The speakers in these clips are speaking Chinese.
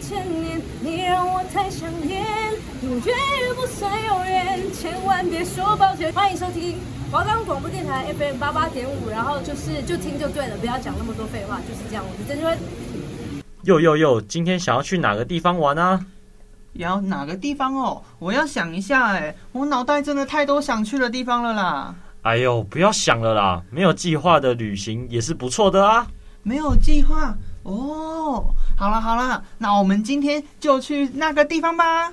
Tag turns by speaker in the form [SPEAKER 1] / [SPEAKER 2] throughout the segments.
[SPEAKER 1] 千年，你让我太想念，永远不算永远，千万别说抱歉。欢迎收听华冈广播电台 FM 八八点五，然后就是就听就对了，不要讲那么多废话，就是这样。我是郑钧，
[SPEAKER 2] 又又又，今天想要去哪个地方玩啊？
[SPEAKER 3] 要哪个地方哦？我要想一下哎，我脑袋真的太多想去的地方了啦。
[SPEAKER 2] 哎呦，不要想了啦，没有计划的旅行也是不错的啊。
[SPEAKER 3] 没有计划哦。好了好了，那我们今天就去那个地方吧。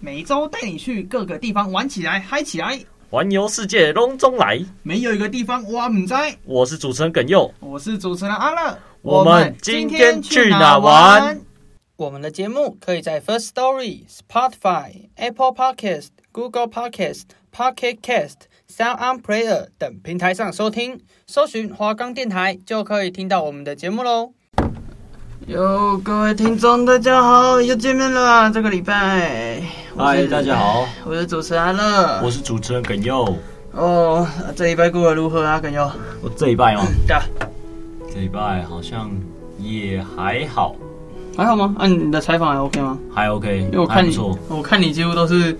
[SPEAKER 3] 每周带你去各个地方玩起来，嗨起来！
[SPEAKER 2] 环游世界隆中来，
[SPEAKER 3] 没有一个地方我唔知。
[SPEAKER 2] 我是主持人耿佑。
[SPEAKER 3] 我是主持人阿乐。
[SPEAKER 2] 我们今天去哪玩？
[SPEAKER 3] 我们的节目可以在 First Story、Spotify、Apple Podcast、Google Podcast、Pocket Cast、Sound On Player 等平台上收听，搜寻华冈电台就可以听到我们的节目喽。哟，各位听众，大家好，又见面了啊！这个礼拜，我是，
[SPEAKER 2] 好，
[SPEAKER 3] 我是主持人阿乐。
[SPEAKER 2] 我是主持人耿佑。
[SPEAKER 3] 哦，这礼拜过得如何啊，耿友？
[SPEAKER 2] 我这一拜哦，
[SPEAKER 3] 对啊，
[SPEAKER 2] 这一拜好像也还好，
[SPEAKER 3] 还好吗？啊，你的采访还 OK 吗？
[SPEAKER 2] 还 OK，
[SPEAKER 3] 因为我
[SPEAKER 2] 还
[SPEAKER 3] 看
[SPEAKER 2] 不
[SPEAKER 3] 你
[SPEAKER 2] 错。，
[SPEAKER 3] 我看你几乎都是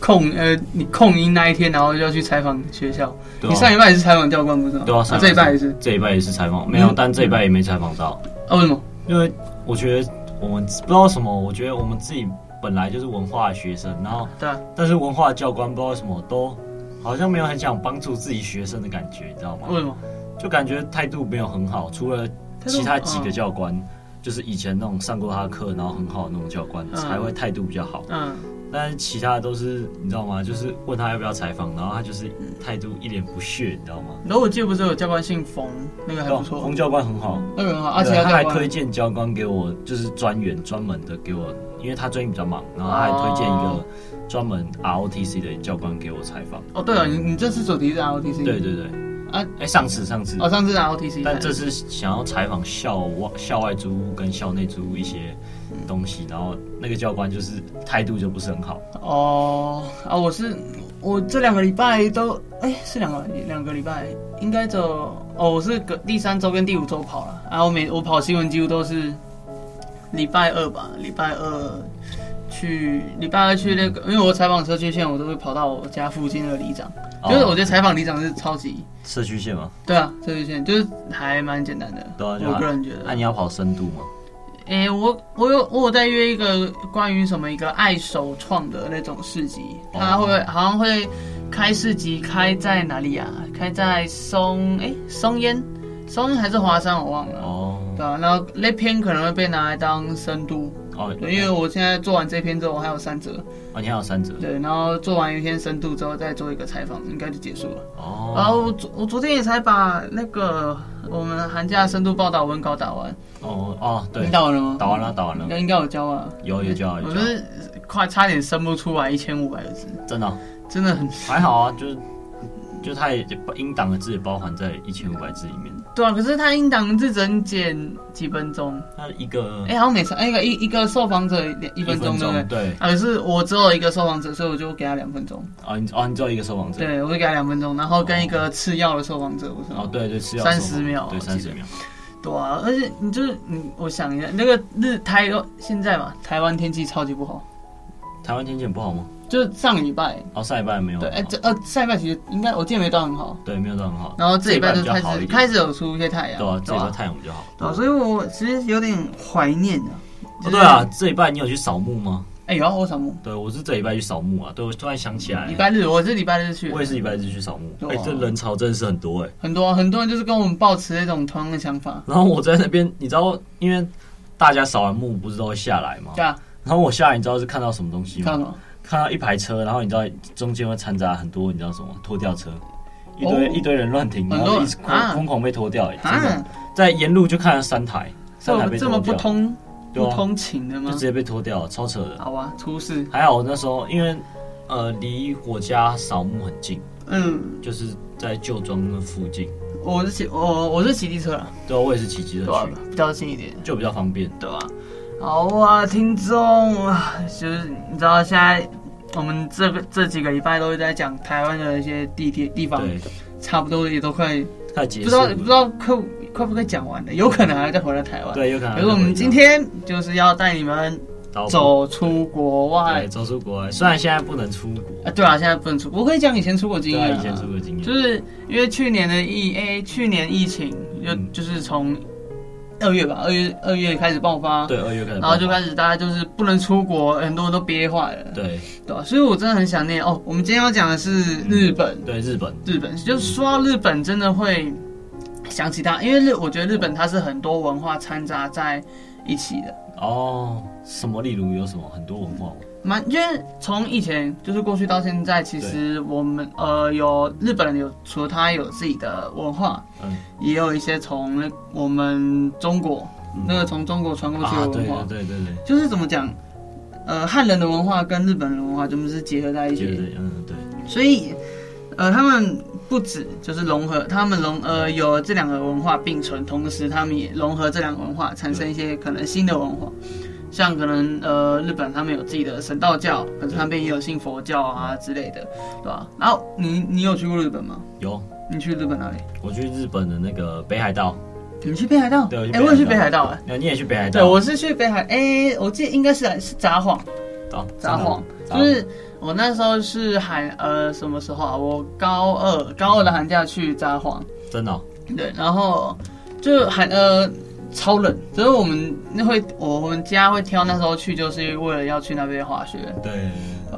[SPEAKER 3] 空呃，你空音那一天，然后就要去采访学校。
[SPEAKER 2] 对
[SPEAKER 3] 你上
[SPEAKER 2] 啊，
[SPEAKER 3] 礼拜也是采访教官不是吗？
[SPEAKER 2] 对啊，上
[SPEAKER 3] 这礼拜也是。
[SPEAKER 2] 这一拜也是采访，没有，
[SPEAKER 3] 嗯
[SPEAKER 2] 但这一拜也没采访到。
[SPEAKER 3] 啊，为什么？
[SPEAKER 2] 因为我觉得我们不知道为什么，我觉得我们自己本来就是文化的学生，然后
[SPEAKER 3] 对啊，
[SPEAKER 2] 但是文化教官不知道为什么都好像没有很想帮助自己学生的感觉，你知道吗？
[SPEAKER 3] 啊为什么？
[SPEAKER 2] 就感觉态度没有很好，除了其他几个教官，
[SPEAKER 3] 嗯
[SPEAKER 2] 就是以前那种上过他的课然后很好的那种教官、
[SPEAKER 3] 嗯
[SPEAKER 2] 才会态度比较好，
[SPEAKER 3] 嗯，
[SPEAKER 2] 但是其他都是你知道吗？就是问他要不要采访，然后他就是
[SPEAKER 3] 嗯
[SPEAKER 2] 态度一脸不屑，你知道吗？
[SPEAKER 3] 然后我记得不是有教官姓冯，那个还不错
[SPEAKER 2] 冯，教官很好，
[SPEAKER 3] 那个很好，而且
[SPEAKER 2] 对他
[SPEAKER 3] 教
[SPEAKER 2] 还
[SPEAKER 3] 官
[SPEAKER 2] 推荐教官给我，就是专员专门的给我，因为他最近比较忙，然后他还推荐一
[SPEAKER 3] 哦
[SPEAKER 2] 个专门 ROTC 的教官给我采访。
[SPEAKER 3] 哦，对了，你你这次主题是 ROTC，
[SPEAKER 2] 对，对对，
[SPEAKER 3] 啊
[SPEAKER 2] 啊，哎，上次上次，
[SPEAKER 3] 哦，上次是 ROTC，
[SPEAKER 2] 但这次想要采访校外校外租屋跟校内租屋一些东西，然后那个教官就是态度就不是很好。
[SPEAKER 3] 哦啊，我是我这两个礼拜都哎是两个两个礼拜，应该走哦，我是个第三周跟第五周跑了，然后每我跑新闻几乎都是礼拜二吧，礼拜二去礼拜二去那个，因为我采访社区线，我都会跑到我家附近的里长，
[SPEAKER 2] 哦
[SPEAKER 3] 就是我觉得采访里长是超级
[SPEAKER 2] 社区线嘛，
[SPEAKER 3] 对啊，社区线就是还蛮简单的，
[SPEAKER 2] 对啊，就
[SPEAKER 3] 我个人觉得
[SPEAKER 2] 那、你要跑深度吗？
[SPEAKER 3] 诶，我我有我有在约一个关于什么一个爱手创的那种市集，
[SPEAKER 2] 哦
[SPEAKER 3] 他会好像会开市集，开在哪里啊？开在松诶松烟，松烟还是华山我忘了。
[SPEAKER 2] 哦
[SPEAKER 3] 对啊，然后那篇可能会被拿来当深度，
[SPEAKER 2] 哦，
[SPEAKER 3] 对，因为我现在做完这篇之后，我还有三折，
[SPEAKER 2] 哦你还有三折
[SPEAKER 3] 对，然后做完一篇深度之后再做一个采访，应该就结束了。
[SPEAKER 2] 哦，
[SPEAKER 3] 然啊后我昨我昨天也才把那个我们寒假深度报道文稿打完，
[SPEAKER 2] 哦哦对
[SPEAKER 3] 你，打完了吗？
[SPEAKER 2] 打完了打完
[SPEAKER 3] 应
[SPEAKER 2] 了，
[SPEAKER 3] 该应该有交啊。
[SPEAKER 2] 有有交有
[SPEAKER 3] 我
[SPEAKER 2] 交
[SPEAKER 3] 就，是快差点生不出来一千五百个字，
[SPEAKER 2] 真的哦、
[SPEAKER 3] 真的很
[SPEAKER 2] 还好啊，就是就它也英党的字也包含在一千五百字里面，
[SPEAKER 3] 对啊。可是他应当是只能剪几分钟，
[SPEAKER 2] 它一个
[SPEAKER 3] 哎、好像每次哎一个一一个受访者一一分钟，对不对？
[SPEAKER 2] 对
[SPEAKER 3] 啊，可是我只有一个受访者，所以我就给他两分钟。
[SPEAKER 2] 啊，你哦你只有一个受访者，
[SPEAKER 3] 对，我就给他两分钟，然后跟一个吃药的受访者，我
[SPEAKER 2] 哦
[SPEAKER 3] 说
[SPEAKER 2] 对对是要
[SPEAKER 3] 30
[SPEAKER 2] 受访
[SPEAKER 3] 秒
[SPEAKER 2] 对
[SPEAKER 3] 我记得
[SPEAKER 2] 三十秒，
[SPEAKER 3] 对啊，而且你就是你，我想一下，那个日台现在嘛，台湾天气超级不好，
[SPEAKER 2] 台湾天气很不好吗？
[SPEAKER 3] 就是上礼拜，
[SPEAKER 2] 哦上礼拜没有，
[SPEAKER 3] 对，哎、
[SPEAKER 2] 哦
[SPEAKER 3] 这呃上礼拜其实应该我记得没到很好，
[SPEAKER 2] 对没有到很好，
[SPEAKER 3] 然后这礼拜就
[SPEAKER 2] 这礼拜
[SPEAKER 3] 开
[SPEAKER 2] 比较好一
[SPEAKER 3] 始
[SPEAKER 2] 点
[SPEAKER 3] 开始有出一些太阳，
[SPEAKER 2] 对啊，这
[SPEAKER 3] 对
[SPEAKER 2] 礼
[SPEAKER 3] 吧
[SPEAKER 2] 拜太阳比较好。
[SPEAKER 3] 啊，所以我其实有点怀念啊。
[SPEAKER 2] 哦对啊，，这礼拜你有去扫墓吗？
[SPEAKER 3] 哎、有啊，我扫墓。
[SPEAKER 2] 对，我是这礼拜去扫墓啊。对，我突然想起来
[SPEAKER 3] 礼，拜日我是礼拜日去的，
[SPEAKER 2] 我也是礼拜日去扫墓。
[SPEAKER 3] 对啊
[SPEAKER 2] 哎，这人潮真的是很多哎。
[SPEAKER 3] 很多很多人就是跟我们抱持那种同样的想法，
[SPEAKER 2] 然后我在那边，你知道，因为大家扫完墓不是都会下来吗？
[SPEAKER 3] 对啊，
[SPEAKER 2] 然后我下来，你知道是看到什么东西
[SPEAKER 3] 看哦
[SPEAKER 2] 吗
[SPEAKER 3] 到？什么？
[SPEAKER 2] 看到一排车，然后你知道中间会掺杂很多，你知道什么拖吊车，一堆、
[SPEAKER 3] 哦
[SPEAKER 2] 一堆人乱停，
[SPEAKER 3] 很
[SPEAKER 2] 然
[SPEAKER 3] 多
[SPEAKER 2] 后一直疯
[SPEAKER 3] 啊
[SPEAKER 2] 疯狂被拖掉、欸，真的，
[SPEAKER 3] 啊，
[SPEAKER 2] 在沿路就看了三台，
[SPEAKER 3] 这
[SPEAKER 2] 三台
[SPEAKER 3] 么
[SPEAKER 2] 被
[SPEAKER 3] 这
[SPEAKER 2] 拖
[SPEAKER 3] 么不
[SPEAKER 2] 掉，
[SPEAKER 3] 通
[SPEAKER 2] 对
[SPEAKER 3] 不
[SPEAKER 2] 啊
[SPEAKER 3] 通情的
[SPEAKER 2] 就
[SPEAKER 3] 吗
[SPEAKER 2] 直？接被拖掉了，超扯的。
[SPEAKER 3] 好啊，出事，
[SPEAKER 2] 还好我那时候因为呃离我家扫墓很近，
[SPEAKER 3] 嗯，
[SPEAKER 2] 就是在旧庄那附近，
[SPEAKER 3] 我是骑我我是骑机车啦，
[SPEAKER 2] 对啊，我也是骑机车
[SPEAKER 3] 对
[SPEAKER 2] 去，
[SPEAKER 3] 吧、比较近一点，
[SPEAKER 2] 就比较方便。
[SPEAKER 3] 对吧、好啊，听众啊，就是你知道现在我们这个这几个礼拜都是在讲台湾的一些地铁地方，
[SPEAKER 2] 对，
[SPEAKER 3] 差不多也都快
[SPEAKER 2] 它结束
[SPEAKER 3] 不知道
[SPEAKER 2] 了
[SPEAKER 3] 不知道客户快不快讲完了？有可能还要再回来台湾。
[SPEAKER 2] 对，有可能。
[SPEAKER 3] 可是我们今天就是要带你们
[SPEAKER 2] 到
[SPEAKER 3] 走出国外
[SPEAKER 2] 对，走出国外，虽然现在不能出国，
[SPEAKER 3] 啊！对啊，现在不能出，我可以讲以前出国经
[SPEAKER 2] 对
[SPEAKER 3] 验、
[SPEAKER 2] 啊，
[SPEAKER 3] 啊。
[SPEAKER 2] 以前出国经验，
[SPEAKER 3] 就是因为去年的疫，诶、去年疫情就、
[SPEAKER 2] 嗯
[SPEAKER 3] 就是从二月吧，二月二月开始爆发，
[SPEAKER 2] 对二月开始，
[SPEAKER 3] 然后就开始大家就是不能出国，很多人都憋坏了，
[SPEAKER 2] 对
[SPEAKER 3] 对、啊、所以我真的很想念哦。我们今天要讲的是日本，
[SPEAKER 2] 对日本，
[SPEAKER 3] 日本就是说到日本，真的会想起它，因为日我觉得日本它是很多文化掺杂在一起的。
[SPEAKER 2] 哦，什么例如有什么很多文化吗，
[SPEAKER 3] 蛮，因为从以前就是过去到现在，其实我们呃有日本人有除了他有自己的文化，
[SPEAKER 2] 嗯，
[SPEAKER 3] 也有一些从那我们中国、那个从中国传过去
[SPEAKER 2] 啊
[SPEAKER 3] 的
[SPEAKER 2] 对
[SPEAKER 3] 文化，
[SPEAKER 2] 对对对对，
[SPEAKER 3] 就是怎么讲，呃汉人的文化跟日本人的文化全部是结合在一
[SPEAKER 2] 觉
[SPEAKER 3] 起，
[SPEAKER 2] 得嗯对，
[SPEAKER 3] 所以呃他们不止就是融合，他们融呃有这两个文化并存，同时他们也融合这两个文化，产生一些可能新的文化。像可能呃日本他们有自己的神道教，可是
[SPEAKER 2] 对
[SPEAKER 3] 他们也有信佛教啊之类的，对吧、然后你你有去过日本吗？
[SPEAKER 2] 有
[SPEAKER 3] 你去日本哪里？
[SPEAKER 2] 我去日本的那个北海道，
[SPEAKER 3] 你去北海道？
[SPEAKER 2] 对，我去
[SPEAKER 3] 哎、我也去北
[SPEAKER 2] 北
[SPEAKER 3] 海
[SPEAKER 2] 海
[SPEAKER 3] 道
[SPEAKER 2] 道
[SPEAKER 3] 哎、
[SPEAKER 2] 那你也去北海道，
[SPEAKER 3] 对，我是去北海，哎、我记得应该是是札幌，
[SPEAKER 2] 哦
[SPEAKER 3] 札幌，
[SPEAKER 2] 札
[SPEAKER 3] 就
[SPEAKER 2] 幌
[SPEAKER 3] 是我那时候是寒呃什么时候啊？我高二高二的寒假去札幌，
[SPEAKER 2] 真的哦
[SPEAKER 3] 对，然后就寒呃超冷，所以我们那会我我们家会挑那时候去，就是为了要去那边滑雪。
[SPEAKER 2] 对，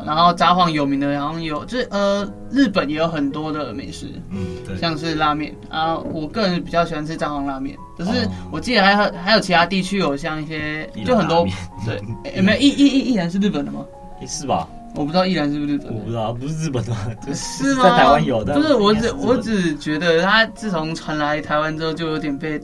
[SPEAKER 3] 然后札幌有名的，然后有就是呃日本也有很多的美食，
[SPEAKER 2] 嗯对，
[SPEAKER 3] 像是拉面啊，我个人比较喜欢吃札幌拉面，可是
[SPEAKER 2] 哦
[SPEAKER 3] 我记得还有还有其他地区有像一些
[SPEAKER 2] 伊朗
[SPEAKER 3] 就很
[SPEAKER 2] 拉
[SPEAKER 3] 多
[SPEAKER 2] 面
[SPEAKER 3] 对，诶没有一一一一然是日本的吗？
[SPEAKER 2] 诶是吧？
[SPEAKER 3] 我不知道依然是不是日
[SPEAKER 2] 我
[SPEAKER 3] 本的
[SPEAKER 2] 不知道，不是日本的吗，
[SPEAKER 3] 是吗？
[SPEAKER 2] 在台湾有，但
[SPEAKER 3] 不是我只
[SPEAKER 2] 应该日本
[SPEAKER 3] 我只觉得他自从传来台湾之后，就有点被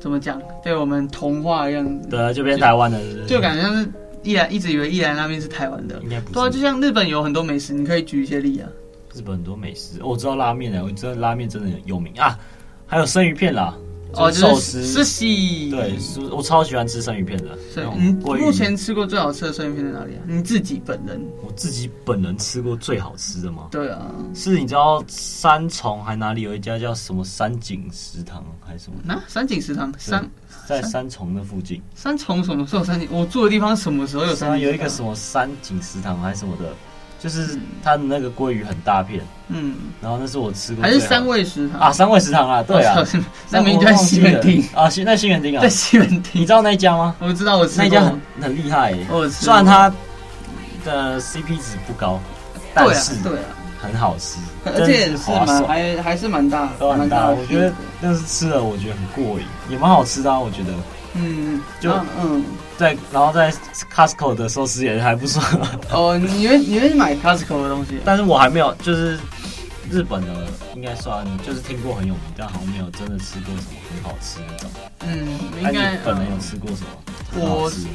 [SPEAKER 3] 怎么讲，被我们同化的样子，
[SPEAKER 2] 对啊，就变台湾的，是不是
[SPEAKER 3] 就感觉像是依然一直以为依然那边是台湾的。
[SPEAKER 2] 应该不
[SPEAKER 3] 对啊，
[SPEAKER 2] 是
[SPEAKER 3] 就像日本有很多美食，你可以举一些例啊。
[SPEAKER 2] 日本很多美食，哦我知道拉面的，我知道拉面真的有名啊，还有生鱼片啦，
[SPEAKER 3] 哦，
[SPEAKER 2] 是寿
[SPEAKER 3] 就是
[SPEAKER 2] 司
[SPEAKER 3] 是，西。
[SPEAKER 2] 对，是我超喜欢吃生鱼片的。
[SPEAKER 3] 所以
[SPEAKER 2] 那种
[SPEAKER 3] 你
[SPEAKER 2] 鲑鱼
[SPEAKER 3] 嗯目前吃过最好吃的生鱼片在哪里啊？你自己本人？
[SPEAKER 2] 我自己本人吃过最好吃的吗？
[SPEAKER 3] 对啊，
[SPEAKER 2] 是你知道三重还哪里有一家叫什么三井食堂还是什么，
[SPEAKER 3] 那、三井食堂三
[SPEAKER 2] 在三重那附近，
[SPEAKER 3] 三重什么时候有三井？我住的地方什么时候有三
[SPEAKER 2] 然
[SPEAKER 3] 井？
[SPEAKER 2] 有一个什？么三井食堂还是什么的，就是它的那个鲑鱼很大片，
[SPEAKER 3] 嗯，
[SPEAKER 2] 然后那是我吃过
[SPEAKER 3] 还是
[SPEAKER 2] 最好
[SPEAKER 3] 三味食堂
[SPEAKER 2] 啊？三味食堂啊，对啊，，
[SPEAKER 3] 那名叫西门町。
[SPEAKER 2] 啊，西那西门町啊
[SPEAKER 3] 在，西门
[SPEAKER 2] 你
[SPEAKER 3] 町
[SPEAKER 2] 知，道那一家吗？
[SPEAKER 3] 我知道我吃
[SPEAKER 2] 那一
[SPEAKER 3] 过
[SPEAKER 2] 家很很厉害耶，
[SPEAKER 3] 我有吃过
[SPEAKER 2] 虽然它的 CP 值不高，但
[SPEAKER 3] 对啊
[SPEAKER 2] 是
[SPEAKER 3] 对啊，
[SPEAKER 2] 很好吃，
[SPEAKER 3] 而且也是
[SPEAKER 2] 真的划
[SPEAKER 3] 蛮
[SPEAKER 2] 算
[SPEAKER 3] 还还是蛮大
[SPEAKER 2] 都很大。
[SPEAKER 3] 的
[SPEAKER 2] 我觉得那是吃了，我觉得很过瘾，也蛮好吃的、啊。我觉得
[SPEAKER 3] 嗯，
[SPEAKER 2] 就
[SPEAKER 3] 啊嗯
[SPEAKER 2] 在然后在 Costco 的寿司也还不错，
[SPEAKER 3] 哦，你会你会买 Costco 的东西？
[SPEAKER 2] 但是我还没有就是日本的应该算就是听过很有名，但好像没有真的吃过什么很好吃的那种。
[SPEAKER 3] 嗯，
[SPEAKER 2] 那
[SPEAKER 3] 应
[SPEAKER 2] 你
[SPEAKER 3] 该
[SPEAKER 2] 本人有
[SPEAKER 3] 嗯
[SPEAKER 2] 吃过什么很好吃吗？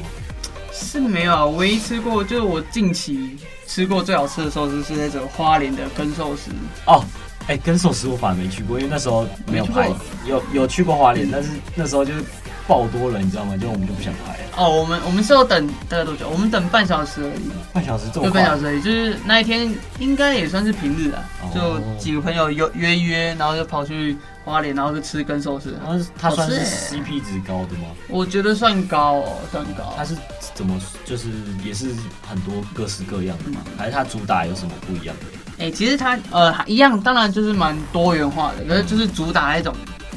[SPEAKER 3] 是没有啊。我唯一吃过就是我近期吃过最好吃的寿司是那种花莲的根寿司，
[SPEAKER 2] 哦，哎、跟寿司我反而没去过，因为那时候没有拍
[SPEAKER 3] 没去过，
[SPEAKER 2] 有有去过花莲，但是那时候就是爆多人，你知道吗？就我们就不想拍了，
[SPEAKER 3] 哦，我们我们是有等大概多久？我们等半小时而已，
[SPEAKER 2] 半小时这么
[SPEAKER 3] 就半小
[SPEAKER 2] 快，
[SPEAKER 3] 时而已。就是那一天应该也算是平日啊，就
[SPEAKER 2] 哦
[SPEAKER 3] 几个朋友约约一约，然后就跑去花莲，然后就吃根寿司。
[SPEAKER 2] 然后它算是
[SPEAKER 3] 好吃
[SPEAKER 2] CP 值高的吗？
[SPEAKER 3] 我觉得算高哦，算高。
[SPEAKER 2] 它是怎么就是也是很多各式各样的吗？
[SPEAKER 3] 嗯
[SPEAKER 2] 还是它主打有什么不一样的？
[SPEAKER 3] 哎、其实它呃一样，当然就是蛮多元化的，可是就是主打那种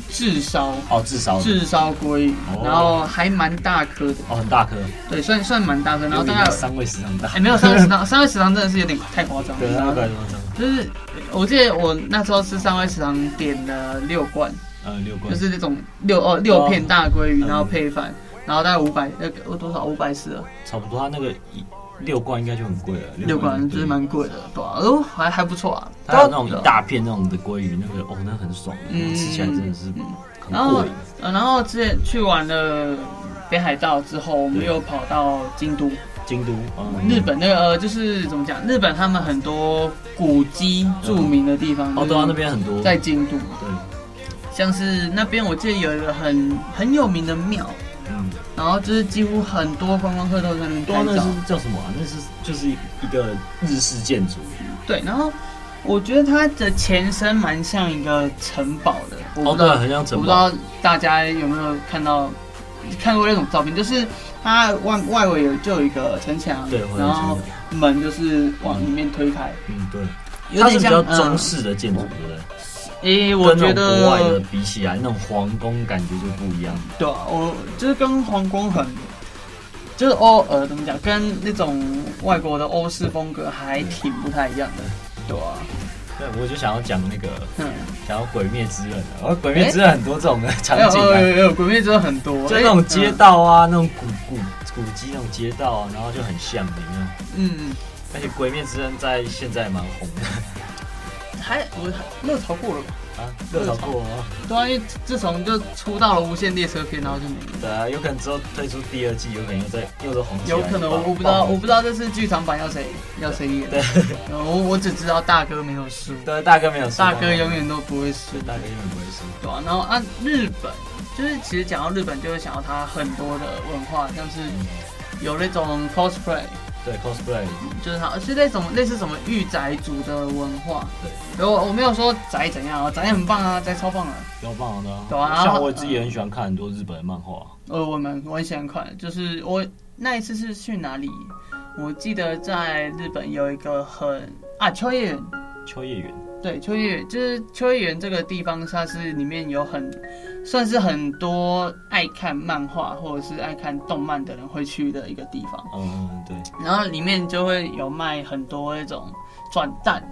[SPEAKER 3] 炙烧
[SPEAKER 2] 哦，至少
[SPEAKER 3] 炙烧鲑鱼，
[SPEAKER 2] 哦
[SPEAKER 3] 然后还蛮大颗的，
[SPEAKER 2] 哦很大颗，
[SPEAKER 3] 对，算算蛮大颗，然后
[SPEAKER 2] 有比
[SPEAKER 3] 大概
[SPEAKER 2] 三味食堂大
[SPEAKER 3] 哎、。没有三味 食堂，三味食堂真的是有点太夸张
[SPEAKER 2] 对，那个
[SPEAKER 3] 了。就是我记得我那时候吃三味食堂点了六罐，
[SPEAKER 2] 呃六罐，
[SPEAKER 3] 就是那种六哦六片大鲑鱼，
[SPEAKER 2] 哦
[SPEAKER 3] 然后配饭，然后大概五百呃多少五百四啊，
[SPEAKER 2] 差不多，它那个一六罐应该就很贵了，
[SPEAKER 3] 六罐就是
[SPEAKER 2] 对
[SPEAKER 3] 蛮贵的，对吧、哦还还不错啊，
[SPEAKER 2] 它有那种一大片那种的鲑鱼，那个哦，那很爽，
[SPEAKER 3] 嗯
[SPEAKER 2] 吃起来真的是很
[SPEAKER 3] 然后
[SPEAKER 2] 过瘾。
[SPEAKER 3] 呃，然后之前去完了北海道之后，我们
[SPEAKER 2] 对
[SPEAKER 3] 又跑到京都，
[SPEAKER 2] 京都，嗯，
[SPEAKER 3] 日本那个呃，就是怎么讲，日本他们很多古迹著名的地方，
[SPEAKER 2] 嗯哦，对啊，那边很多，
[SPEAKER 3] 在京都，
[SPEAKER 2] 对，
[SPEAKER 3] 像是那边我记得有一个很很有名的庙，
[SPEAKER 2] 嗯，
[SPEAKER 3] 然后就是几乎很多观光客都在那边
[SPEAKER 2] 对啊，
[SPEAKER 3] 拍
[SPEAKER 2] 那
[SPEAKER 3] 照，
[SPEAKER 2] 是叫什么啊？那是就是一个日式建筑，
[SPEAKER 3] 对，然后我觉得它的前身蛮像一个城堡的，
[SPEAKER 2] 哦
[SPEAKER 3] 我不，知道
[SPEAKER 2] 对，很像
[SPEAKER 3] 我
[SPEAKER 2] 城
[SPEAKER 3] 不知
[SPEAKER 2] 堡，
[SPEAKER 3] 道大家有没有看到看过那种照片，就是它外外围有就有一个城墙，
[SPEAKER 2] 对，我
[SPEAKER 3] 然
[SPEAKER 2] 有
[SPEAKER 3] 后
[SPEAKER 2] 听过
[SPEAKER 3] 门就是往里面推开，
[SPEAKER 2] 嗯，对，
[SPEAKER 3] 有
[SPEAKER 2] 它是比
[SPEAKER 3] 点像
[SPEAKER 2] 较中。
[SPEAKER 3] 嗯
[SPEAKER 2] 式的建筑，对不对？
[SPEAKER 3] 诶、我
[SPEAKER 2] 嗯跟那
[SPEAKER 3] 觉
[SPEAKER 2] 种国外的
[SPEAKER 3] 得
[SPEAKER 2] 比起来，那种皇宫感觉就不一样。
[SPEAKER 3] 对啊，我就是跟皇宫很，就是欧呃怎么讲，跟那种外国的欧式风格还挺不太一样的。对啊，
[SPEAKER 2] 对，我就想要讲那个，
[SPEAKER 3] 嗯，
[SPEAKER 2] 想要《鬼灭之刃》啊，而《鬼灭之刃》很多这种的 场景
[SPEAKER 3] 有有
[SPEAKER 2] 啊，
[SPEAKER 3] 有有哎鬼灭真的很多，哎
[SPEAKER 2] 就那种街
[SPEAKER 3] 诶
[SPEAKER 2] 道啊，那种古古古迹那种街道啊，然后就很像里面。
[SPEAKER 3] 嗯。嗯
[SPEAKER 2] 而且《鬼灭之刃》在现在蛮红的
[SPEAKER 3] 还我还热潮过了吧？
[SPEAKER 2] 啊，热潮过吗？
[SPEAKER 3] 对啊，因为自从就出到了无限列车篇，然后就没了。
[SPEAKER 2] 对啊，有可能之后推出第二季，有可能又再又是红起来
[SPEAKER 3] 有可能
[SPEAKER 2] 爆
[SPEAKER 3] 我我不知道，
[SPEAKER 2] 爆
[SPEAKER 3] 我不知道这次剧场版要谁要谁演。
[SPEAKER 2] 对
[SPEAKER 3] 呃我我只知道大哥没有输，
[SPEAKER 2] 对，大哥没有输，
[SPEAKER 3] 大哥永远都不会输
[SPEAKER 2] 对，。大哥永远不会输。
[SPEAKER 3] 对啊，然后啊，日本就是其实讲到日本，就会想到它很多的文化，像是
[SPEAKER 2] 嗯
[SPEAKER 3] 有那种 cosplay，
[SPEAKER 2] 对 cosplay，
[SPEAKER 3] 就是它是那种类似什么御宅族的文化。
[SPEAKER 2] 对，
[SPEAKER 3] 然后我没有说宅怎样啊，宅很棒啊，宅超棒啊。
[SPEAKER 2] 要棒的啊。
[SPEAKER 3] 对啊
[SPEAKER 2] 像我自己也很喜欢看很多日本的漫画，
[SPEAKER 3] 呃，我们我很喜欢看，就是我那一次是去哪里？我记得在日本有一个很啊秋叶原，
[SPEAKER 2] 秋叶原。
[SPEAKER 3] 对秋叶原，就是秋叶原这个地方，它是里面有很算是很多爱看漫画或者是爱看动漫的人会去的一个地方。
[SPEAKER 2] 嗯，对，
[SPEAKER 3] 然后里面就会有卖很多那种转蛋，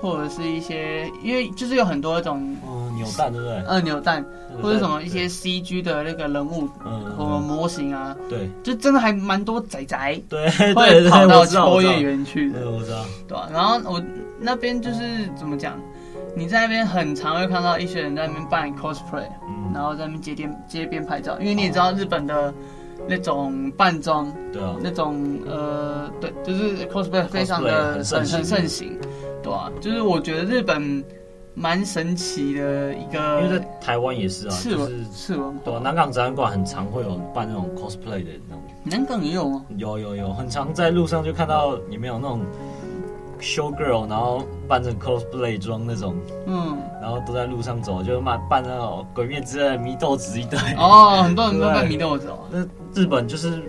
[SPEAKER 3] 或者是一些因为就是有很多那种
[SPEAKER 2] 嗯，扭蛋对不对？
[SPEAKER 3] 二扭蛋，
[SPEAKER 2] 那个
[SPEAKER 3] 或者什
[SPEAKER 2] 蛋
[SPEAKER 3] 么一些 CG 的那个人物
[SPEAKER 2] 嗯，
[SPEAKER 3] 和
[SPEAKER 2] 嗯
[SPEAKER 3] 模型啊，
[SPEAKER 2] 嗯对
[SPEAKER 3] 就真的还蛮多仔仔
[SPEAKER 2] 对对
[SPEAKER 3] 会
[SPEAKER 2] 对，
[SPEAKER 3] 跑到
[SPEAKER 2] 我知道
[SPEAKER 3] 秋叶，原去
[SPEAKER 2] 我知道对，
[SPEAKER 3] 的，
[SPEAKER 2] 我知道，
[SPEAKER 3] 对吧、然后我那边就是怎么讲，你在那边很常会看到一些人在那边扮 cosplay，
[SPEAKER 2] 嗯，
[SPEAKER 3] 然后在那边街边街边拍照，因为你也知道日本的那种扮装，
[SPEAKER 2] 对啊，
[SPEAKER 3] 那种呃，对，就是 cosplay 非常的
[SPEAKER 2] 很盛
[SPEAKER 3] 很
[SPEAKER 2] 行
[SPEAKER 3] 很盛行，对啊，就是我觉得日本蛮神奇的一个，
[SPEAKER 2] 因为在台湾也是啊，
[SPEAKER 3] 次
[SPEAKER 2] 就
[SPEAKER 3] 文
[SPEAKER 2] 是
[SPEAKER 3] 次文
[SPEAKER 2] 对啊，
[SPEAKER 3] 化，
[SPEAKER 2] 南港展览馆很常会有办那种 cosplay 的那种，
[SPEAKER 3] 南港也有吗？
[SPEAKER 2] 有有有，很常在路上就看到里面有那种 show girl，然后扮成 cosplay 装那种，
[SPEAKER 3] 嗯，
[SPEAKER 2] 然后都在路上走，就是扮扮那种鬼灭之刃迷豆子一 堆。
[SPEAKER 3] 哦，很多人都
[SPEAKER 2] 哎对
[SPEAKER 3] 扮迷豆子哦。
[SPEAKER 2] 那日本就是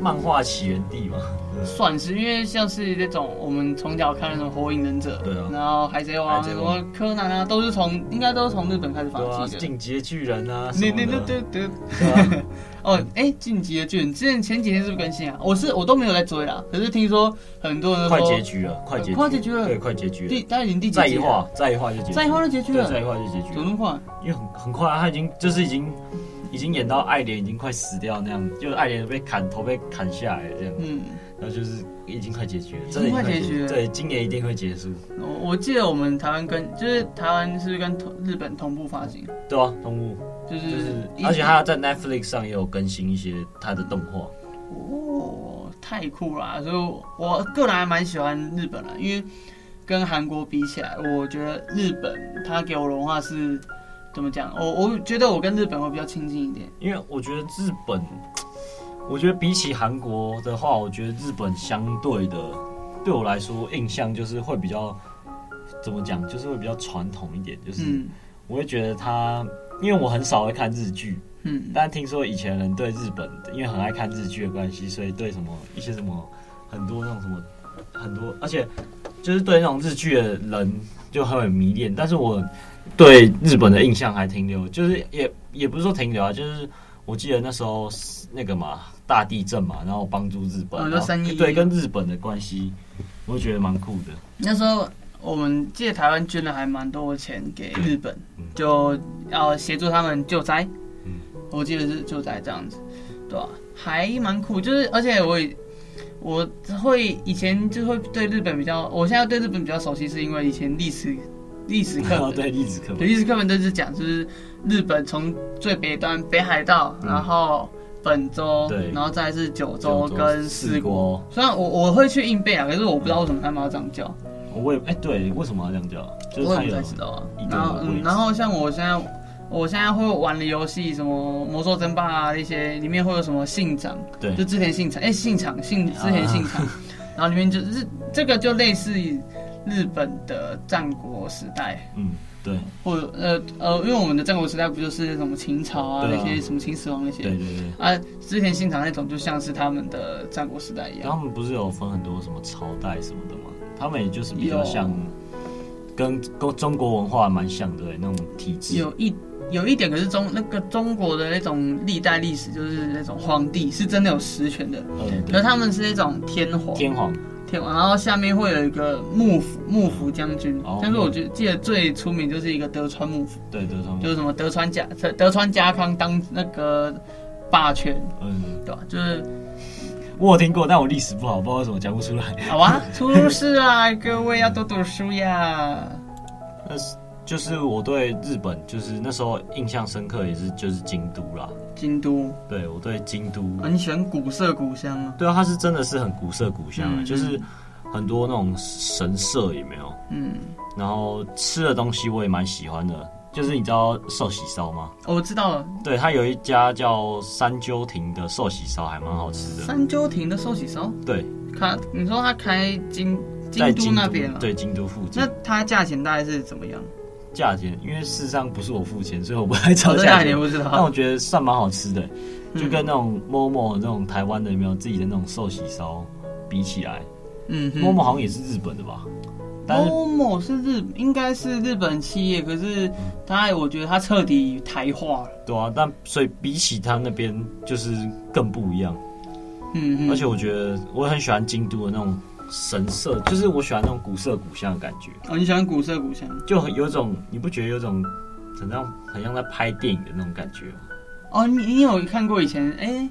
[SPEAKER 2] 漫画起源地 嘛，
[SPEAKER 3] 算是，因为像是那种我们从小看那种《火影忍者》，
[SPEAKER 2] 对啊
[SPEAKER 3] 然后《海贼王》
[SPEAKER 2] 海
[SPEAKER 3] 什
[SPEAKER 2] 贼
[SPEAKER 3] 么
[SPEAKER 2] 王
[SPEAKER 3] 《柯南》啊，都是从应该都是从日本开始发
[SPEAKER 2] 对啊，
[SPEAKER 3] 迹的。
[SPEAKER 2] 进阶巨人啊，什
[SPEAKER 3] 对
[SPEAKER 2] 么
[SPEAKER 3] 对对
[SPEAKER 2] 的，
[SPEAKER 3] 对对，
[SPEAKER 2] 对啊，
[SPEAKER 3] 哦，哎，进击的巨人之前前几天是不是更新啊？我是我都没有在追啦，可是听说很多人 都
[SPEAKER 2] 快
[SPEAKER 3] 说
[SPEAKER 2] 结局 了，快结局，
[SPEAKER 3] 快结局了
[SPEAKER 2] 对，快结局
[SPEAKER 3] 第
[SPEAKER 2] 了，
[SPEAKER 3] 他已经第几
[SPEAKER 2] 再
[SPEAKER 3] 集
[SPEAKER 2] 一
[SPEAKER 3] 了？
[SPEAKER 2] 话，再一话就结局，
[SPEAKER 3] 再一话就结局
[SPEAKER 2] 对，
[SPEAKER 3] 了
[SPEAKER 2] 再一话就结局
[SPEAKER 3] 怎
[SPEAKER 2] 了
[SPEAKER 3] 么那，么快？
[SPEAKER 2] 因为很很快啊，他已经就是已经已经演到爱莲已经快死掉那样，就是爱莲被砍头被砍下来这样，
[SPEAKER 3] 嗯，
[SPEAKER 2] 然后就是已经快结局了，
[SPEAKER 3] 已
[SPEAKER 2] 真的
[SPEAKER 3] 经快结
[SPEAKER 2] 已经
[SPEAKER 3] 局了
[SPEAKER 2] 对，今年一定会结束，
[SPEAKER 3] 我我记得我们台湾跟就是台湾是不是跟同日本同步发行，
[SPEAKER 2] 对啊，动物
[SPEAKER 3] 就
[SPEAKER 2] 就是是，
[SPEAKER 3] 一
[SPEAKER 2] 而且他在 Netflix 上也有更新一些他的动画，
[SPEAKER 3] 哦，太酷啦！所以我我个人还蛮喜欢日本啦，因为跟韩国比起来，我觉得日本它给我的文化是怎么讲？我我觉得我跟日本会比较亲近一点。
[SPEAKER 2] 因为我觉得日本，我觉得比起韩国的话，我觉得日本相对的，对我来说印象就是会比较怎么讲，就是会比较传统一点，就是
[SPEAKER 3] 嗯
[SPEAKER 2] 我会觉得他，因为我很少会看日剧，
[SPEAKER 3] 嗯，
[SPEAKER 2] 但听说以前人对日本，因为很爱看日剧的关系，所以对什么一些什么很多那种什么很多，而且就是对那种日剧的人就很迷恋。但是我对日本的印象还停留，就是也也不是说停留啊，就是我记得那时候那个嘛大地震嘛，然后帮助日本，
[SPEAKER 3] 哦就
[SPEAKER 2] 然后
[SPEAKER 3] 311
[SPEAKER 2] 对跟日本的关系，我就觉得蛮酷的。
[SPEAKER 3] 那时候我们记得台湾捐了还蛮多钱给日本
[SPEAKER 2] 嗯，
[SPEAKER 3] 就要协助他们救灾。
[SPEAKER 2] 嗯
[SPEAKER 3] 我记得是救灾这样子，对吧、啊还蛮酷，就是而且我也我会以前就会对日本比较，我现在对日本比较熟悉，是因为以前历史历史课
[SPEAKER 2] 然后哦
[SPEAKER 3] 本
[SPEAKER 2] 对，历史课
[SPEAKER 3] 对，
[SPEAKER 2] 本，
[SPEAKER 3] 历史课本都是讲，就是日本从最北端北海道，
[SPEAKER 2] 嗯
[SPEAKER 3] 然后本州
[SPEAKER 2] 对，
[SPEAKER 3] 然后再来是九州跟四
[SPEAKER 2] 四
[SPEAKER 3] 国。
[SPEAKER 2] 国，
[SPEAKER 3] 虽然我我会去硬背啊，可是我不知道为什么他们要这样叫，
[SPEAKER 2] 我也哎、对，为什么要这样叫？就是
[SPEAKER 3] 我
[SPEAKER 2] 它
[SPEAKER 3] 也不
[SPEAKER 2] 有
[SPEAKER 3] 太知道啊
[SPEAKER 2] 一。个
[SPEAKER 3] 然后
[SPEAKER 2] 位
[SPEAKER 3] 嗯，
[SPEAKER 2] 置
[SPEAKER 3] 然后像我现在我现在会玩的游戏，什么魔兽争霸啊那些，里面会有什么信长，
[SPEAKER 2] 对啊
[SPEAKER 3] 就之前信长，哎、信长信之前信长，然后里面就是这个就类似日本的战国时代，
[SPEAKER 2] 嗯，对
[SPEAKER 3] 或者呃呃，因为我们的战国时代不就是什么秦朝啊
[SPEAKER 2] 对
[SPEAKER 3] 那
[SPEAKER 2] 啊
[SPEAKER 3] 些什么秦始皇那
[SPEAKER 2] 对
[SPEAKER 3] 些
[SPEAKER 2] 对对。
[SPEAKER 3] 啊，织田信长那种就像是他们的战国时代一
[SPEAKER 2] 然
[SPEAKER 3] 样。
[SPEAKER 2] 后他们不是有分很多什么朝代什么的吗？他们也就是比较
[SPEAKER 3] 有
[SPEAKER 2] 像跟跟中国文化蛮像的欸那种体制。
[SPEAKER 3] 有一有一点，可是中那个中国的那种历代历史，就是那种皇帝是真的有实权的，
[SPEAKER 2] 呃，
[SPEAKER 3] 可是
[SPEAKER 2] 对，
[SPEAKER 3] 他们是那种天皇，
[SPEAKER 2] 天皇
[SPEAKER 3] 天王，然后下面会有一个幕府幕府将军
[SPEAKER 2] 哦，
[SPEAKER 3] 但是我觉得记得最出名就是一个德川幕府，
[SPEAKER 2] 对德川
[SPEAKER 3] 就是什么德川家德德川家康当那个霸权，
[SPEAKER 2] 嗯，
[SPEAKER 3] 对吧？就是
[SPEAKER 2] 我有听过，但我历史不好，不知道为什么讲不出来。
[SPEAKER 3] 好啊，出事啊，各位要多读书呀。
[SPEAKER 2] 那是就是我对日本，就是那时候印象深刻，也是就是京都啦。
[SPEAKER 3] 京都，
[SPEAKER 2] 对我对京都，
[SPEAKER 3] 啊、你喜欢古色古香啊？
[SPEAKER 2] 对啊，它是真的是很古色古香、啊，
[SPEAKER 3] 嗯
[SPEAKER 2] 就是很多那种神社也没有。
[SPEAKER 3] 嗯，
[SPEAKER 2] 然后吃的东西我也蛮喜欢的，就是你知道寿喜烧吗？
[SPEAKER 3] 哦我知道了，
[SPEAKER 2] 对，它有一家叫三鸠亭的寿喜烧，还蛮好吃的。
[SPEAKER 3] 三鸠亭的寿喜烧，
[SPEAKER 2] 对，
[SPEAKER 3] 它你说它开京
[SPEAKER 2] 在
[SPEAKER 3] 京
[SPEAKER 2] 京
[SPEAKER 3] 都那边了，，
[SPEAKER 2] 对，京都附近
[SPEAKER 3] 那。它价钱大概是怎么样？
[SPEAKER 2] 价钱，因为事实上不是我付钱，所以我不太知道
[SPEAKER 3] 我
[SPEAKER 2] 价
[SPEAKER 3] 哦价
[SPEAKER 2] 钱哦
[SPEAKER 3] 钱。不知
[SPEAKER 2] 但我
[SPEAKER 3] 道，
[SPEAKER 2] 觉得算蛮好吃的，
[SPEAKER 3] 嗯
[SPEAKER 2] 就跟那种 Momo 那种台湾的有没有自己的那种寿喜烧比起来
[SPEAKER 3] 嗯哼
[SPEAKER 2] ，Momo 好像也是日本的吧？但是
[SPEAKER 3] Momo 是日，应该是日本企业，可是它，我觉得它彻底台化了。
[SPEAKER 2] 对啊，但所以比起他那边就是更不一样。
[SPEAKER 3] 嗯嗯，
[SPEAKER 2] 而且我觉得我很喜欢京都的那种神社，就是我喜欢那种古色古香的感觉，
[SPEAKER 3] 哦，你喜欢古色古香
[SPEAKER 2] 就很有一种你不觉得有一种很像很像在拍电影的那种感觉吗？
[SPEAKER 3] 哦？你你有看过以前哎、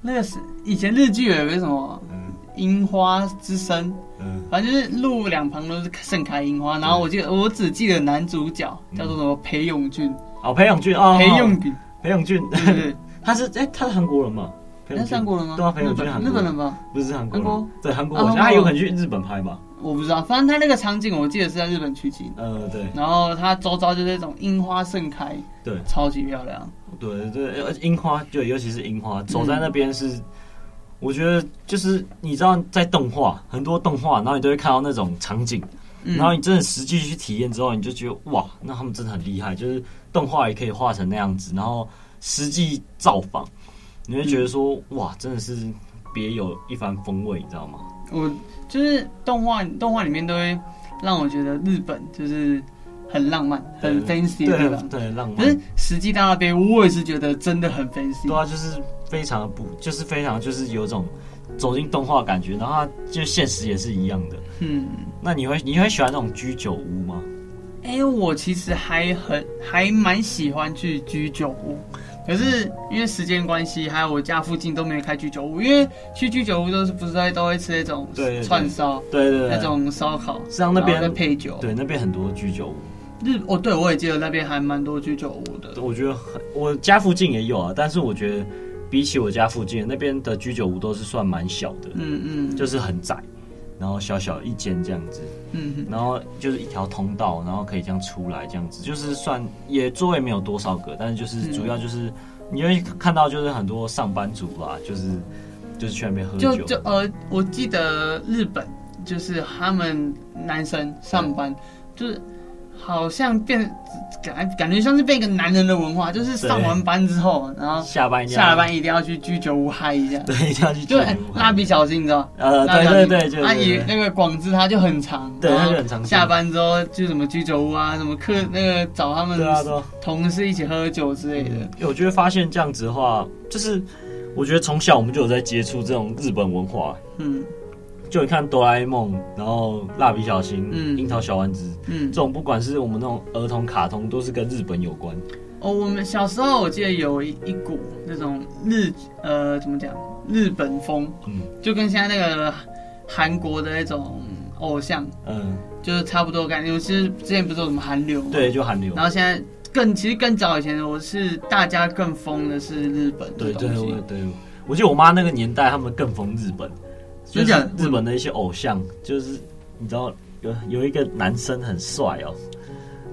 [SPEAKER 3] 那个是以前日剧有个什么
[SPEAKER 2] 嗯
[SPEAKER 3] 樱花之声，
[SPEAKER 2] 嗯，
[SPEAKER 3] 反正就是路两旁都是盛开樱花。然后我记得我只记得男主角叫做什么裴勇俊，
[SPEAKER 2] 哦，裴勇俊哦，
[SPEAKER 3] 裴勇俊，
[SPEAKER 2] 裴勇俊，
[SPEAKER 3] 对对对，
[SPEAKER 2] 他是哎、他是韩国人吗？裴
[SPEAKER 3] 那
[SPEAKER 2] 勇
[SPEAKER 3] 是
[SPEAKER 2] 俊
[SPEAKER 3] 韩国人吗？
[SPEAKER 2] 对啊，裴
[SPEAKER 3] 日
[SPEAKER 2] 勇俊
[SPEAKER 3] 本
[SPEAKER 2] 韩
[SPEAKER 3] 日
[SPEAKER 2] 国人
[SPEAKER 3] 本人吧？
[SPEAKER 2] 不是韩国人，
[SPEAKER 3] 韩国
[SPEAKER 2] 对韩国
[SPEAKER 3] 啊
[SPEAKER 2] 人，
[SPEAKER 3] 韩国
[SPEAKER 2] 他有可能去日本拍吧？
[SPEAKER 3] 我不知道，反正他那个场景我记得是在日本取景，
[SPEAKER 2] 呃，对
[SPEAKER 3] 然后它周遭就是那种樱花盛开，
[SPEAKER 2] 对
[SPEAKER 3] 超级漂亮。
[SPEAKER 2] 对对，而且樱花就尤其是樱花，走在那边
[SPEAKER 3] 嗯
[SPEAKER 2] 是。我觉得就是你知道，在动画很多动画，然后你都会看到那种场景，
[SPEAKER 3] 嗯
[SPEAKER 2] 然后你真的实际去体验之后，你就觉得哇，那他们真的很厉害，就是动画也可以画成那样子，然后实际造访，你会觉得说、哇，真的是别有一番风味，你知道吗？
[SPEAKER 3] 我就是动画，动画里面都会让我觉得日本就是很浪漫、很 fancy 的地
[SPEAKER 2] 对
[SPEAKER 3] 方。
[SPEAKER 2] 对，浪
[SPEAKER 3] 可是
[SPEAKER 2] 漫，
[SPEAKER 3] 实际到那边，我也是觉得真的很 fancy
[SPEAKER 2] 对。啊，就是非常的不，就是非常就是有种走进动画感觉，然后它就现实也是一样的。
[SPEAKER 3] 嗯，
[SPEAKER 2] 那你会你会喜欢那种居酒屋吗？
[SPEAKER 3] 哎、我其实还很还蛮喜欢去居酒屋，可是因为时间关系，还有我家附近都没有开居酒屋，因为去居酒屋都是不是在都会吃那种
[SPEAKER 2] 对对对
[SPEAKER 3] 串烧、
[SPEAKER 2] 对对对，
[SPEAKER 3] 那种烧烤，
[SPEAKER 2] 实际上那边
[SPEAKER 3] 然后再配酒。
[SPEAKER 2] 对那边很多居酒屋。
[SPEAKER 3] 日哦，对，我也记得那边还蛮多居酒屋的。
[SPEAKER 2] 我觉得很，我家附近也有啊，但是我觉得比起我家附近那边的居酒屋都是算蛮小的，
[SPEAKER 3] 嗯嗯，
[SPEAKER 2] 就是很窄，然后小小一间这样子，
[SPEAKER 3] 嗯嗯
[SPEAKER 2] 然后就是一条通道，然后可以这样出来这样子，就是算也座位没有多少个，但是就是
[SPEAKER 3] 嗯
[SPEAKER 2] 主要就是、你会看到就是很多上班族啦，就是就是去那边喝酒，
[SPEAKER 3] 就就呃，我记得日本就是他们男生上
[SPEAKER 2] 嗯
[SPEAKER 3] 班，就是好像变感感觉像是变一个男人的文化，就是上完班之后，然后
[SPEAKER 2] 下班一定要
[SPEAKER 3] 下了班一定要去居酒屋嗨一下，
[SPEAKER 2] 对一定要去
[SPEAKER 3] 就
[SPEAKER 2] 酒
[SPEAKER 3] 哎
[SPEAKER 2] 屋
[SPEAKER 3] 蜡笔小新你知道。
[SPEAKER 2] 呃
[SPEAKER 3] 蜡笔
[SPEAKER 2] 对
[SPEAKER 3] 小
[SPEAKER 2] 对对
[SPEAKER 3] 新
[SPEAKER 2] 对
[SPEAKER 3] 啊以
[SPEAKER 2] 对
[SPEAKER 3] 那个广志他就很长，
[SPEAKER 2] 对
[SPEAKER 3] 然后
[SPEAKER 2] 他就很常见
[SPEAKER 3] 下班之后就什么居酒屋啊，什么客那个找他们
[SPEAKER 2] 对啊对啊。
[SPEAKER 3] 同事一起喝酒之类的。
[SPEAKER 2] 我觉得发现这样子的话，就是我觉得从小我们就有在接触这种日本文化。
[SPEAKER 3] 嗯
[SPEAKER 2] 就你看哆啦 A 梦，然后蜡笔小新、
[SPEAKER 3] 嗯
[SPEAKER 2] 樱桃小丸子，
[SPEAKER 3] 嗯
[SPEAKER 2] 这，种不管是我们那种儿童卡通，都是跟日本有关。
[SPEAKER 3] 哦，我们小时候我记得有一一股那种日呃怎么讲日本风，
[SPEAKER 2] 嗯
[SPEAKER 3] 就跟现在那个韩国的那种偶像
[SPEAKER 2] 嗯，
[SPEAKER 3] 就是差不多的概念。其实之前不是有什么韩流吗？
[SPEAKER 2] 对，。就韩流
[SPEAKER 3] 然。后现在更其实更早以前，我是大家更疯的是日本的
[SPEAKER 2] 对对
[SPEAKER 3] 东西。
[SPEAKER 2] 对对，我记得我妈那个年代，他们更疯日本，就
[SPEAKER 3] 真假
[SPEAKER 2] 是
[SPEAKER 3] 的
[SPEAKER 2] 日本的一些偶像，就是你知道有有一个男生很帅哦，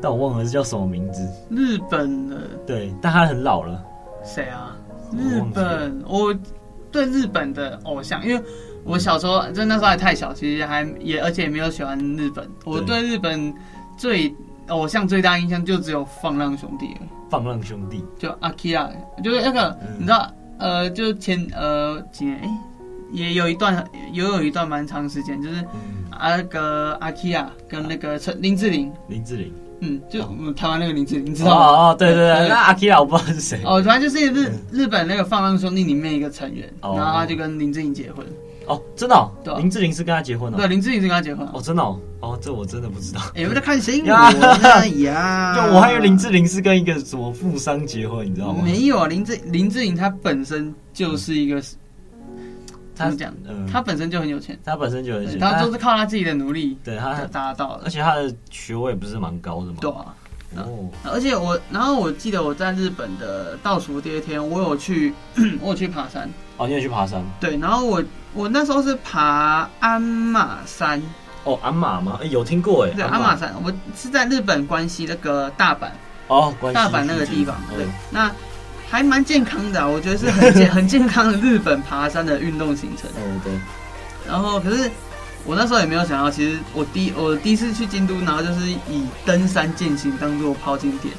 [SPEAKER 2] 但我忘了是叫什么名字。
[SPEAKER 3] 日本的
[SPEAKER 2] 对，但他很老了。
[SPEAKER 3] 谁啊？
[SPEAKER 2] 我
[SPEAKER 3] 日
[SPEAKER 2] 忘记了
[SPEAKER 3] 本，我对日本的偶像，因为我小时候就那时候还太小，其实还也而且也没有喜欢日本。我
[SPEAKER 2] 对
[SPEAKER 3] 对日本最偶像最大印象就只有放浪兄弟而已，
[SPEAKER 2] 放浪兄弟，
[SPEAKER 3] 就阿 k i 就是那个、
[SPEAKER 2] 嗯
[SPEAKER 3] 你知道呃，就前呃几年哎、也有一段也有一段蛮长时间，就是
[SPEAKER 2] 嗯，
[SPEAKER 3] 啊那个阿 k i 跟那个
[SPEAKER 2] 啊
[SPEAKER 3] 陈林志玲，
[SPEAKER 2] 林志玲，
[SPEAKER 3] 嗯，就我们台湾那个林志玲，你知道吗？
[SPEAKER 2] 啊哦哦，对对对，
[SPEAKER 3] 对
[SPEAKER 2] 那阿 Kira 我不知道是谁，
[SPEAKER 3] 哦，反正就是日日本那个放浪兄弟里面一个成员，然
[SPEAKER 2] 哦
[SPEAKER 3] 后他就跟林志颖结婚。
[SPEAKER 2] 哦，真的哦
[SPEAKER 3] 对，啊
[SPEAKER 2] 林志玲是跟他结婚了
[SPEAKER 3] 对，，林志颖是跟他结婚啊。
[SPEAKER 2] 哦，真的哦，哦，这我真的不 知道，
[SPEAKER 3] 哎，我在看新闻
[SPEAKER 2] 呀
[SPEAKER 3] 呀！
[SPEAKER 2] 就我还以为林志玲是跟一个什么富商结婚，你知道吗？
[SPEAKER 3] 没有啊，林志林志颖他本身就是一个，怎
[SPEAKER 2] 他
[SPEAKER 3] 么讲？
[SPEAKER 2] 嗯
[SPEAKER 3] 他本身就很有钱，
[SPEAKER 2] 他本身就很喜
[SPEAKER 3] 他就是靠他自己的努力
[SPEAKER 2] 对他
[SPEAKER 3] 就，达到
[SPEAKER 2] 嗯而
[SPEAKER 3] 了。
[SPEAKER 2] 且他的学位不是蛮高的嘛，
[SPEAKER 3] 对啊，
[SPEAKER 2] 哦，
[SPEAKER 3] 而且我，然后我记得我在日本的倒数第二天，我有去， 我有去爬山。
[SPEAKER 2] 哦，你也去爬山？
[SPEAKER 3] 对，然后我我那时候是爬鞍马山，
[SPEAKER 2] 哦，鞍马吗？哎有听过哎，
[SPEAKER 3] 对，鞍马山，我是在日本关西那个大阪，
[SPEAKER 2] 哦，关西
[SPEAKER 3] 大阪那个地方，
[SPEAKER 2] 嗯
[SPEAKER 3] 对，那还蛮健康的、啊，我觉得是很健很健康的日本爬山的运动行程。
[SPEAKER 2] 嗯，对，
[SPEAKER 3] 然后可是我那时候也没有想到，其实我第我第一次去京都，然后就是以登山健行当做抛经点，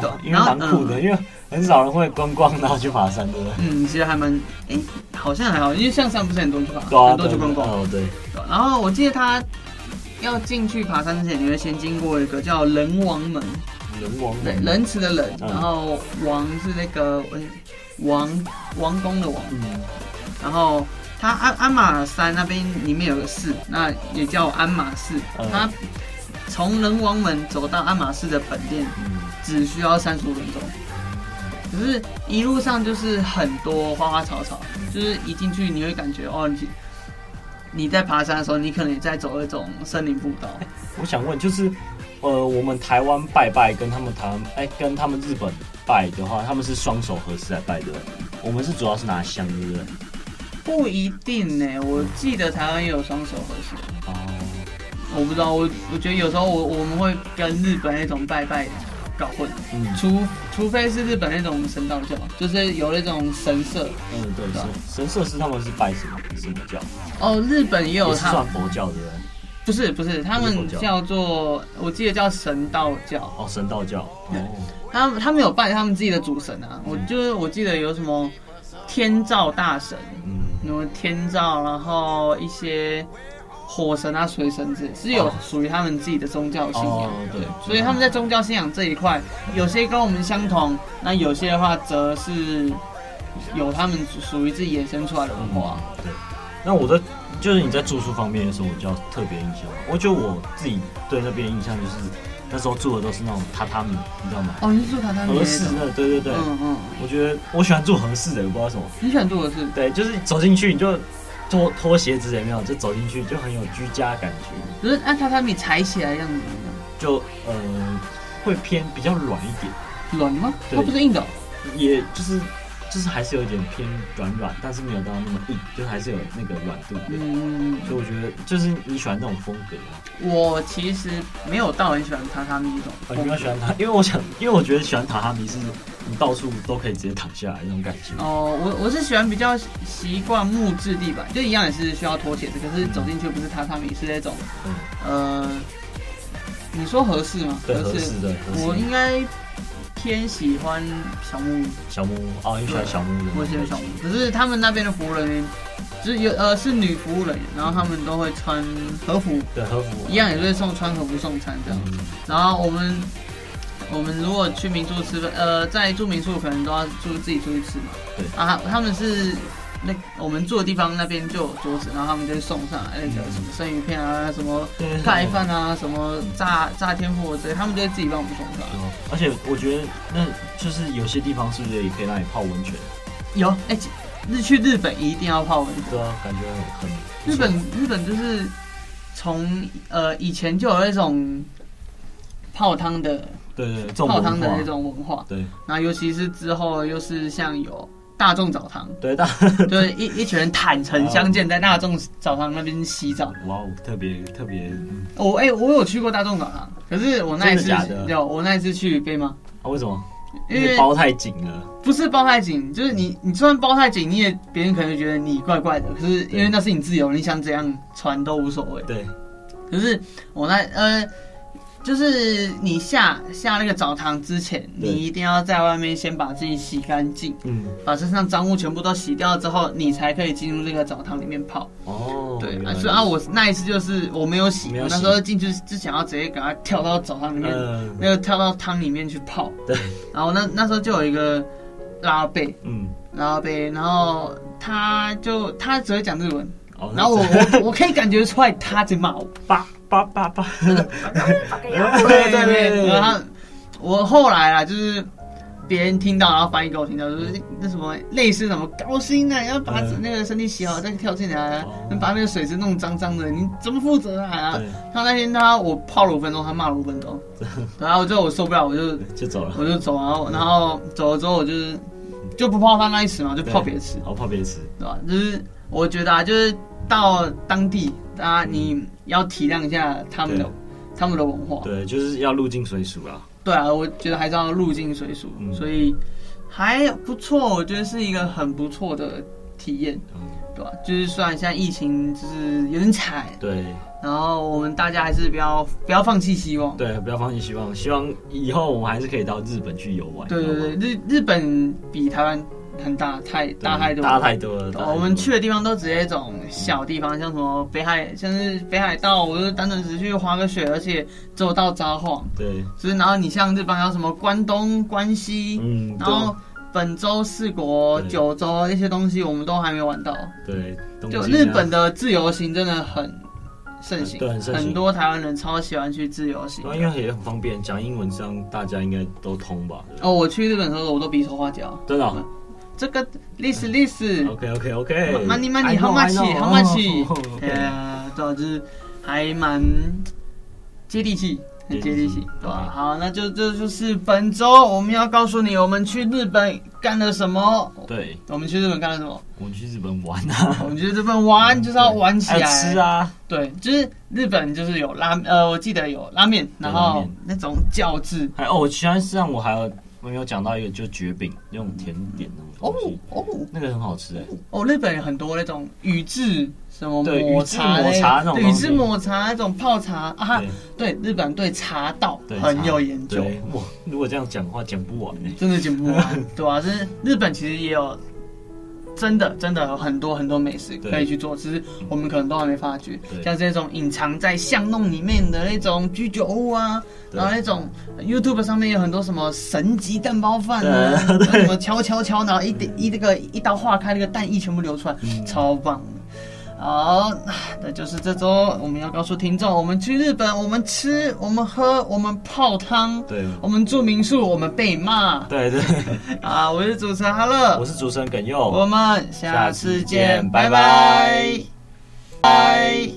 [SPEAKER 3] 对
[SPEAKER 2] 哦，因为
[SPEAKER 3] 然后
[SPEAKER 2] 蛮酷的，因为很少人会观光然后去爬山，对不对？
[SPEAKER 3] 嗯，其实还蛮哎、好像还好，因为象山不是很多去爬，
[SPEAKER 2] 对啊
[SPEAKER 3] 很多去观光。
[SPEAKER 2] 哦，对，
[SPEAKER 3] 对然后我记得他要进去爬山之前，你会先经过一个叫仁王门，
[SPEAKER 2] 哦人王
[SPEAKER 3] 对，仁慈的仁，
[SPEAKER 2] 嗯
[SPEAKER 3] 然后王是那个哎王王宫的王。
[SPEAKER 2] 嗯，
[SPEAKER 3] 然后它鞍鞍马山那边里面有个寺，那也叫鞍马寺
[SPEAKER 2] 嗯。
[SPEAKER 3] 它从仁王门走到鞍马寺的本店
[SPEAKER 2] 嗯，
[SPEAKER 3] 只需要三十五分钟，可是一路上就是很多花花草草，就是一进去你会感觉哦，你你在爬山的时候，你可能也在走那种森林步 道。
[SPEAKER 2] 我想问就是。呃，我们台湾拜拜跟他们台湾，哎、跟他们日本拜的话，他们是双手合十来拜的，我们是主要是拿香，对不对？
[SPEAKER 3] 不一定呢、我记得台湾也有双手合十，
[SPEAKER 2] 哦，
[SPEAKER 3] 我不知道，我我觉得有时候我我们会跟日本那种拜拜搞混。
[SPEAKER 2] 嗯，
[SPEAKER 3] 除除非是日本那种神道教，就是有那种神社
[SPEAKER 2] 嗯，对，
[SPEAKER 3] 啊
[SPEAKER 2] 神神社是他们是拜什么什么教？
[SPEAKER 3] 哦，日本也有
[SPEAKER 2] 也是
[SPEAKER 3] 他
[SPEAKER 2] 算，佛教的对不对
[SPEAKER 3] 不是不是，他
[SPEAKER 2] 不
[SPEAKER 3] 们
[SPEAKER 2] 是佛教
[SPEAKER 3] 叫做我记得叫神道教，
[SPEAKER 2] 哦，神道教哦，
[SPEAKER 3] 他们他们有拜他们自己的主神啊，我就是我记得有什么天照大神，
[SPEAKER 2] 嗯，
[SPEAKER 3] 什么天照，然后一些火神啊、水神之类是有
[SPEAKER 2] 哦
[SPEAKER 3] 属于他们自己的宗教信仰。
[SPEAKER 2] 哦，对，
[SPEAKER 3] 所以他们在宗教信仰这一块，有些跟我们相同，那有些的话则是有他们属于自己衍生出来的文化
[SPEAKER 2] 哇。，嗯对。那我的就是你在住宿方面有什么比较特别印象吗？我觉得我自己对那边的印象就是那时候住的都是那种榻榻米，你知道吗？
[SPEAKER 3] 哦，你是住榻榻
[SPEAKER 2] 合
[SPEAKER 3] 米那
[SPEAKER 2] 适
[SPEAKER 3] 种？
[SPEAKER 2] 的，对啊对对，
[SPEAKER 3] 嗯嗯，
[SPEAKER 2] 我觉得我喜欢住合适的，我不知道为什么。
[SPEAKER 3] 你喜欢住的是？
[SPEAKER 2] 对，就是走进去你就脱脱鞋子也没有，就走进去就很有居家感觉，
[SPEAKER 3] 可是按榻榻米踩起来的样子怎么样？
[SPEAKER 2] 就呃会偏比较软一点。
[SPEAKER 3] 软吗？
[SPEAKER 2] 对
[SPEAKER 3] 它不是硬的哦、
[SPEAKER 2] 也就是就是还是有一点偏软软，但是没有到那么硬，就是还是有那个软度的。
[SPEAKER 3] 嗯，
[SPEAKER 2] 所以我觉得就是你喜欢这种风格啊吗？
[SPEAKER 3] 我其实没有到很喜欢榻榻米那种
[SPEAKER 2] 我
[SPEAKER 3] 风
[SPEAKER 2] 比
[SPEAKER 3] 格
[SPEAKER 2] 较喜欢榻，因为我想，因为我觉得喜欢榻榻米是你到处都可以直接躺下来那种感觉。
[SPEAKER 3] 哦，我我是喜欢比较习惯木质地板，就一样也是需要脱鞋子，可是走进去不是榻榻米，是那种
[SPEAKER 2] 嗯，
[SPEAKER 3] 呃，你说合适吗？
[SPEAKER 2] 对，合适的，合
[SPEAKER 3] 我
[SPEAKER 2] 适
[SPEAKER 3] 应
[SPEAKER 2] 的。
[SPEAKER 3] 该偏喜欢小木屋，
[SPEAKER 2] 小木屋哦，你喜欢小木屋的？
[SPEAKER 3] 我喜欢小木屋。可是他们那边的服务人员，就是有呃是女服务人员，然后他们都会穿和服，
[SPEAKER 2] 对和服
[SPEAKER 3] 一样也是会送穿和服送餐这样。
[SPEAKER 2] 嗯
[SPEAKER 3] 然后我们我们如果去民宿吃饭，呃，在住民宿可能都要住自己出去吃嘛。
[SPEAKER 2] 对
[SPEAKER 3] 啊，他们是。那我们住的地方那边就有桌子，然后他们就会送上来那
[SPEAKER 2] 嗯
[SPEAKER 3] 个什么生鱼片啊、什么
[SPEAKER 2] 对
[SPEAKER 3] 盖饭啊、什么炸炸天妇罗之类，他们就会自己帮我们送上来。
[SPEAKER 2] 对啊而且我觉得那就是有些地方是不是也可以让你泡温泉？
[SPEAKER 3] 有哎、其日去日本一定要泡温泉。
[SPEAKER 2] 对啊，感觉很很不错
[SPEAKER 3] 日本日本就是从呃以前就有那种泡汤的
[SPEAKER 2] 对对对这种
[SPEAKER 3] 泡汤的
[SPEAKER 2] 文化
[SPEAKER 3] 那种文化，
[SPEAKER 2] 啊对
[SPEAKER 3] 然后尤其是之后又是像有大众澡堂，
[SPEAKER 2] 对大
[SPEAKER 3] 就是一一群人坦
[SPEAKER 2] 哦
[SPEAKER 3] 诚相见在大众澡堂那边洗澡。
[SPEAKER 2] 哇哦，特别特别、嗯
[SPEAKER 3] 我哎、我有去过大众澡堂，可是我那一次
[SPEAKER 2] 真的假的
[SPEAKER 3] 有我那一次去被骂，
[SPEAKER 2] 啊！为什么？
[SPEAKER 3] 因
[SPEAKER 2] 因为
[SPEAKER 3] 为
[SPEAKER 2] 包太紧了，
[SPEAKER 3] 不是包太紧，就是你你就算包太紧，你也别人可能会觉得你怪怪的，可是因为那是你自由，你想怎样穿都无所谓。
[SPEAKER 2] 对，
[SPEAKER 3] 可是我那呃，就是你下下那个澡堂之前，
[SPEAKER 2] 对
[SPEAKER 3] 你一定要在外面先把自己洗干净，
[SPEAKER 2] 嗯，
[SPEAKER 3] 把身上脏物全部都洗掉之后，你才可以进入这个澡堂里面泡。
[SPEAKER 2] 哦，
[SPEAKER 3] 对
[SPEAKER 2] 原，来
[SPEAKER 3] 啊
[SPEAKER 2] 如此
[SPEAKER 3] 所以啊，我那一次就是我没有洗，
[SPEAKER 2] 没有
[SPEAKER 3] 我
[SPEAKER 2] 洗
[SPEAKER 3] 那时候进去之前要直接给它跳到澡堂里面，
[SPEAKER 2] 嗯
[SPEAKER 3] 那个跳到汤里面去泡。
[SPEAKER 2] 对，
[SPEAKER 3] 然后那那时候就有一个拉贝，
[SPEAKER 2] 嗯，
[SPEAKER 3] 拉贝，然后他就他只会讲日文，
[SPEAKER 2] 哦，
[SPEAKER 3] 然后我我我可以感觉出来他在骂我。
[SPEAKER 2] 八八八八，
[SPEAKER 3] 对
[SPEAKER 2] 对
[SPEAKER 3] 对
[SPEAKER 2] 对
[SPEAKER 3] 对，
[SPEAKER 2] 对，
[SPEAKER 3] 然后我后来啊，就是别人听到，然后翻译给我听到，就是那什么类似什么高薪啊，要把
[SPEAKER 2] 嗯
[SPEAKER 3] 那个身体洗好再跳进来啊
[SPEAKER 2] 哦，
[SPEAKER 3] 把那个水质弄脏脏的，你怎么负责啊
[SPEAKER 2] 对？
[SPEAKER 3] 他那天他我泡了五分钟，他骂了五分钟，然后最后我受不了，我就
[SPEAKER 2] 就走了，
[SPEAKER 3] 我就走，然后然后走了之后我就是就不泡他那一池嘛，就
[SPEAKER 2] 对
[SPEAKER 3] 泡别的池，
[SPEAKER 2] 好泡别吃，
[SPEAKER 3] 对吧？就是我觉得啊，就是到当地啊，你要体谅一下他们的
[SPEAKER 2] 对
[SPEAKER 3] 他们的文化，
[SPEAKER 2] 对，就是要入境水俗啦，
[SPEAKER 3] 对啊，我觉得还是要入境水俗，
[SPEAKER 2] 嗯
[SPEAKER 3] 所以还不错，我觉得是一个很不错的体验，
[SPEAKER 2] 嗯，
[SPEAKER 3] 对吧、就是虽然现在疫情就是有点惨，
[SPEAKER 2] 对
[SPEAKER 3] 然后我们大家还是不要不要放弃希望。
[SPEAKER 2] 对，不要放弃希望，希望以后我们还是可以到日本去游玩，
[SPEAKER 3] 对
[SPEAKER 2] 好吗
[SPEAKER 3] 对对，日日本比台湾很大，太大太多了。
[SPEAKER 2] 大太多了，大太多
[SPEAKER 3] 哦
[SPEAKER 2] 了
[SPEAKER 3] 我们去的地方都只是一种小地方，像什么北海，像是北海道，我就单纯只去滑个雪，而且只有到札幌。
[SPEAKER 2] 对，
[SPEAKER 3] 就是然后你像日本还有什么关东、关西，
[SPEAKER 2] 嗯，
[SPEAKER 3] 然后本州、四国、
[SPEAKER 2] 对
[SPEAKER 3] 九州那些东西我们都还没玩到。
[SPEAKER 2] 对，东
[SPEAKER 3] 就
[SPEAKER 2] 京啊
[SPEAKER 3] 日本的自由行真的很盛行，
[SPEAKER 2] 对很盛行
[SPEAKER 3] 多台湾人超喜欢去自由行
[SPEAKER 2] 对。啊，因为也很方便，讲英文这样大家应该都通吧？
[SPEAKER 3] 哦，我去日本的时候我都比手画脚，
[SPEAKER 2] 真的啊
[SPEAKER 3] 这个历史历史
[SPEAKER 2] ，OK OK OK，
[SPEAKER 3] ，money
[SPEAKER 2] 哎
[SPEAKER 3] money，how much，how much，呃，对啊，就是还蛮接地气。很接地
[SPEAKER 2] 接地
[SPEAKER 3] 气
[SPEAKER 2] 气，
[SPEAKER 3] 对吧、
[SPEAKER 2] OK
[SPEAKER 3] 好，那就这就是本周我们要告诉你，我们去日本干了什么。
[SPEAKER 2] 对，
[SPEAKER 3] 我们去日本干了什么？
[SPEAKER 2] 我们去日本玩啊，
[SPEAKER 3] 我们去日本玩就是要玩起来，
[SPEAKER 2] 还有吃啊，
[SPEAKER 3] 对，就是日本就是有拉呃，我记得有拉面，然
[SPEAKER 2] 拉
[SPEAKER 3] 后
[SPEAKER 2] 面
[SPEAKER 3] 那种饺子。
[SPEAKER 2] 还有哦，我喜欢上我还有我没有讲到一个，就是绝饼那种甜点那种
[SPEAKER 3] 哦
[SPEAKER 2] 东西，
[SPEAKER 3] 哦
[SPEAKER 2] 那个很好吃哎，
[SPEAKER 3] 哦，日本有很多那种宇治什么
[SPEAKER 2] 对
[SPEAKER 3] 抹茶
[SPEAKER 2] 宇治抹
[SPEAKER 3] 嘞
[SPEAKER 2] 茶那种
[SPEAKER 3] 对宇
[SPEAKER 2] 东西
[SPEAKER 3] 治抹茶那种泡茶啊
[SPEAKER 2] 对，
[SPEAKER 3] 对，日本对茶道
[SPEAKER 2] 对，
[SPEAKER 3] 很
[SPEAKER 2] 茶
[SPEAKER 3] 有研究，
[SPEAKER 2] 对哇，如果这样讲话讲不完哎，
[SPEAKER 3] 真的讲不 完，对吧、就是日本其实也有。真的，真的有很多很多美食
[SPEAKER 2] 对
[SPEAKER 3] 可以去做，只是我们可能都还没发觉。
[SPEAKER 2] 对
[SPEAKER 3] 像这种隐藏在巷弄里面的那种居酒屋啊，
[SPEAKER 2] 对
[SPEAKER 3] 然后那种 YouTube 上面有很多什么神级蛋包饭啊，
[SPEAKER 2] 对
[SPEAKER 3] 然后什么敲敲敲，然后一点一这个一刀划开那个蛋液全部流出来，
[SPEAKER 2] 嗯
[SPEAKER 3] 超棒的。好，那就是这周我们要告诉听众，我们去日本，我们吃，我们喝，我们泡汤，
[SPEAKER 2] 对
[SPEAKER 3] 我们住民宿，我们被骂
[SPEAKER 2] 对对，
[SPEAKER 3] 啊！我是主持人哈乐
[SPEAKER 2] 我，是主持人耿
[SPEAKER 3] 我
[SPEAKER 2] 佑，
[SPEAKER 3] 们下
[SPEAKER 2] 下
[SPEAKER 3] 次
[SPEAKER 2] 次
[SPEAKER 3] 见，
[SPEAKER 2] 见
[SPEAKER 3] 拜
[SPEAKER 2] 拜
[SPEAKER 3] 拜，拜。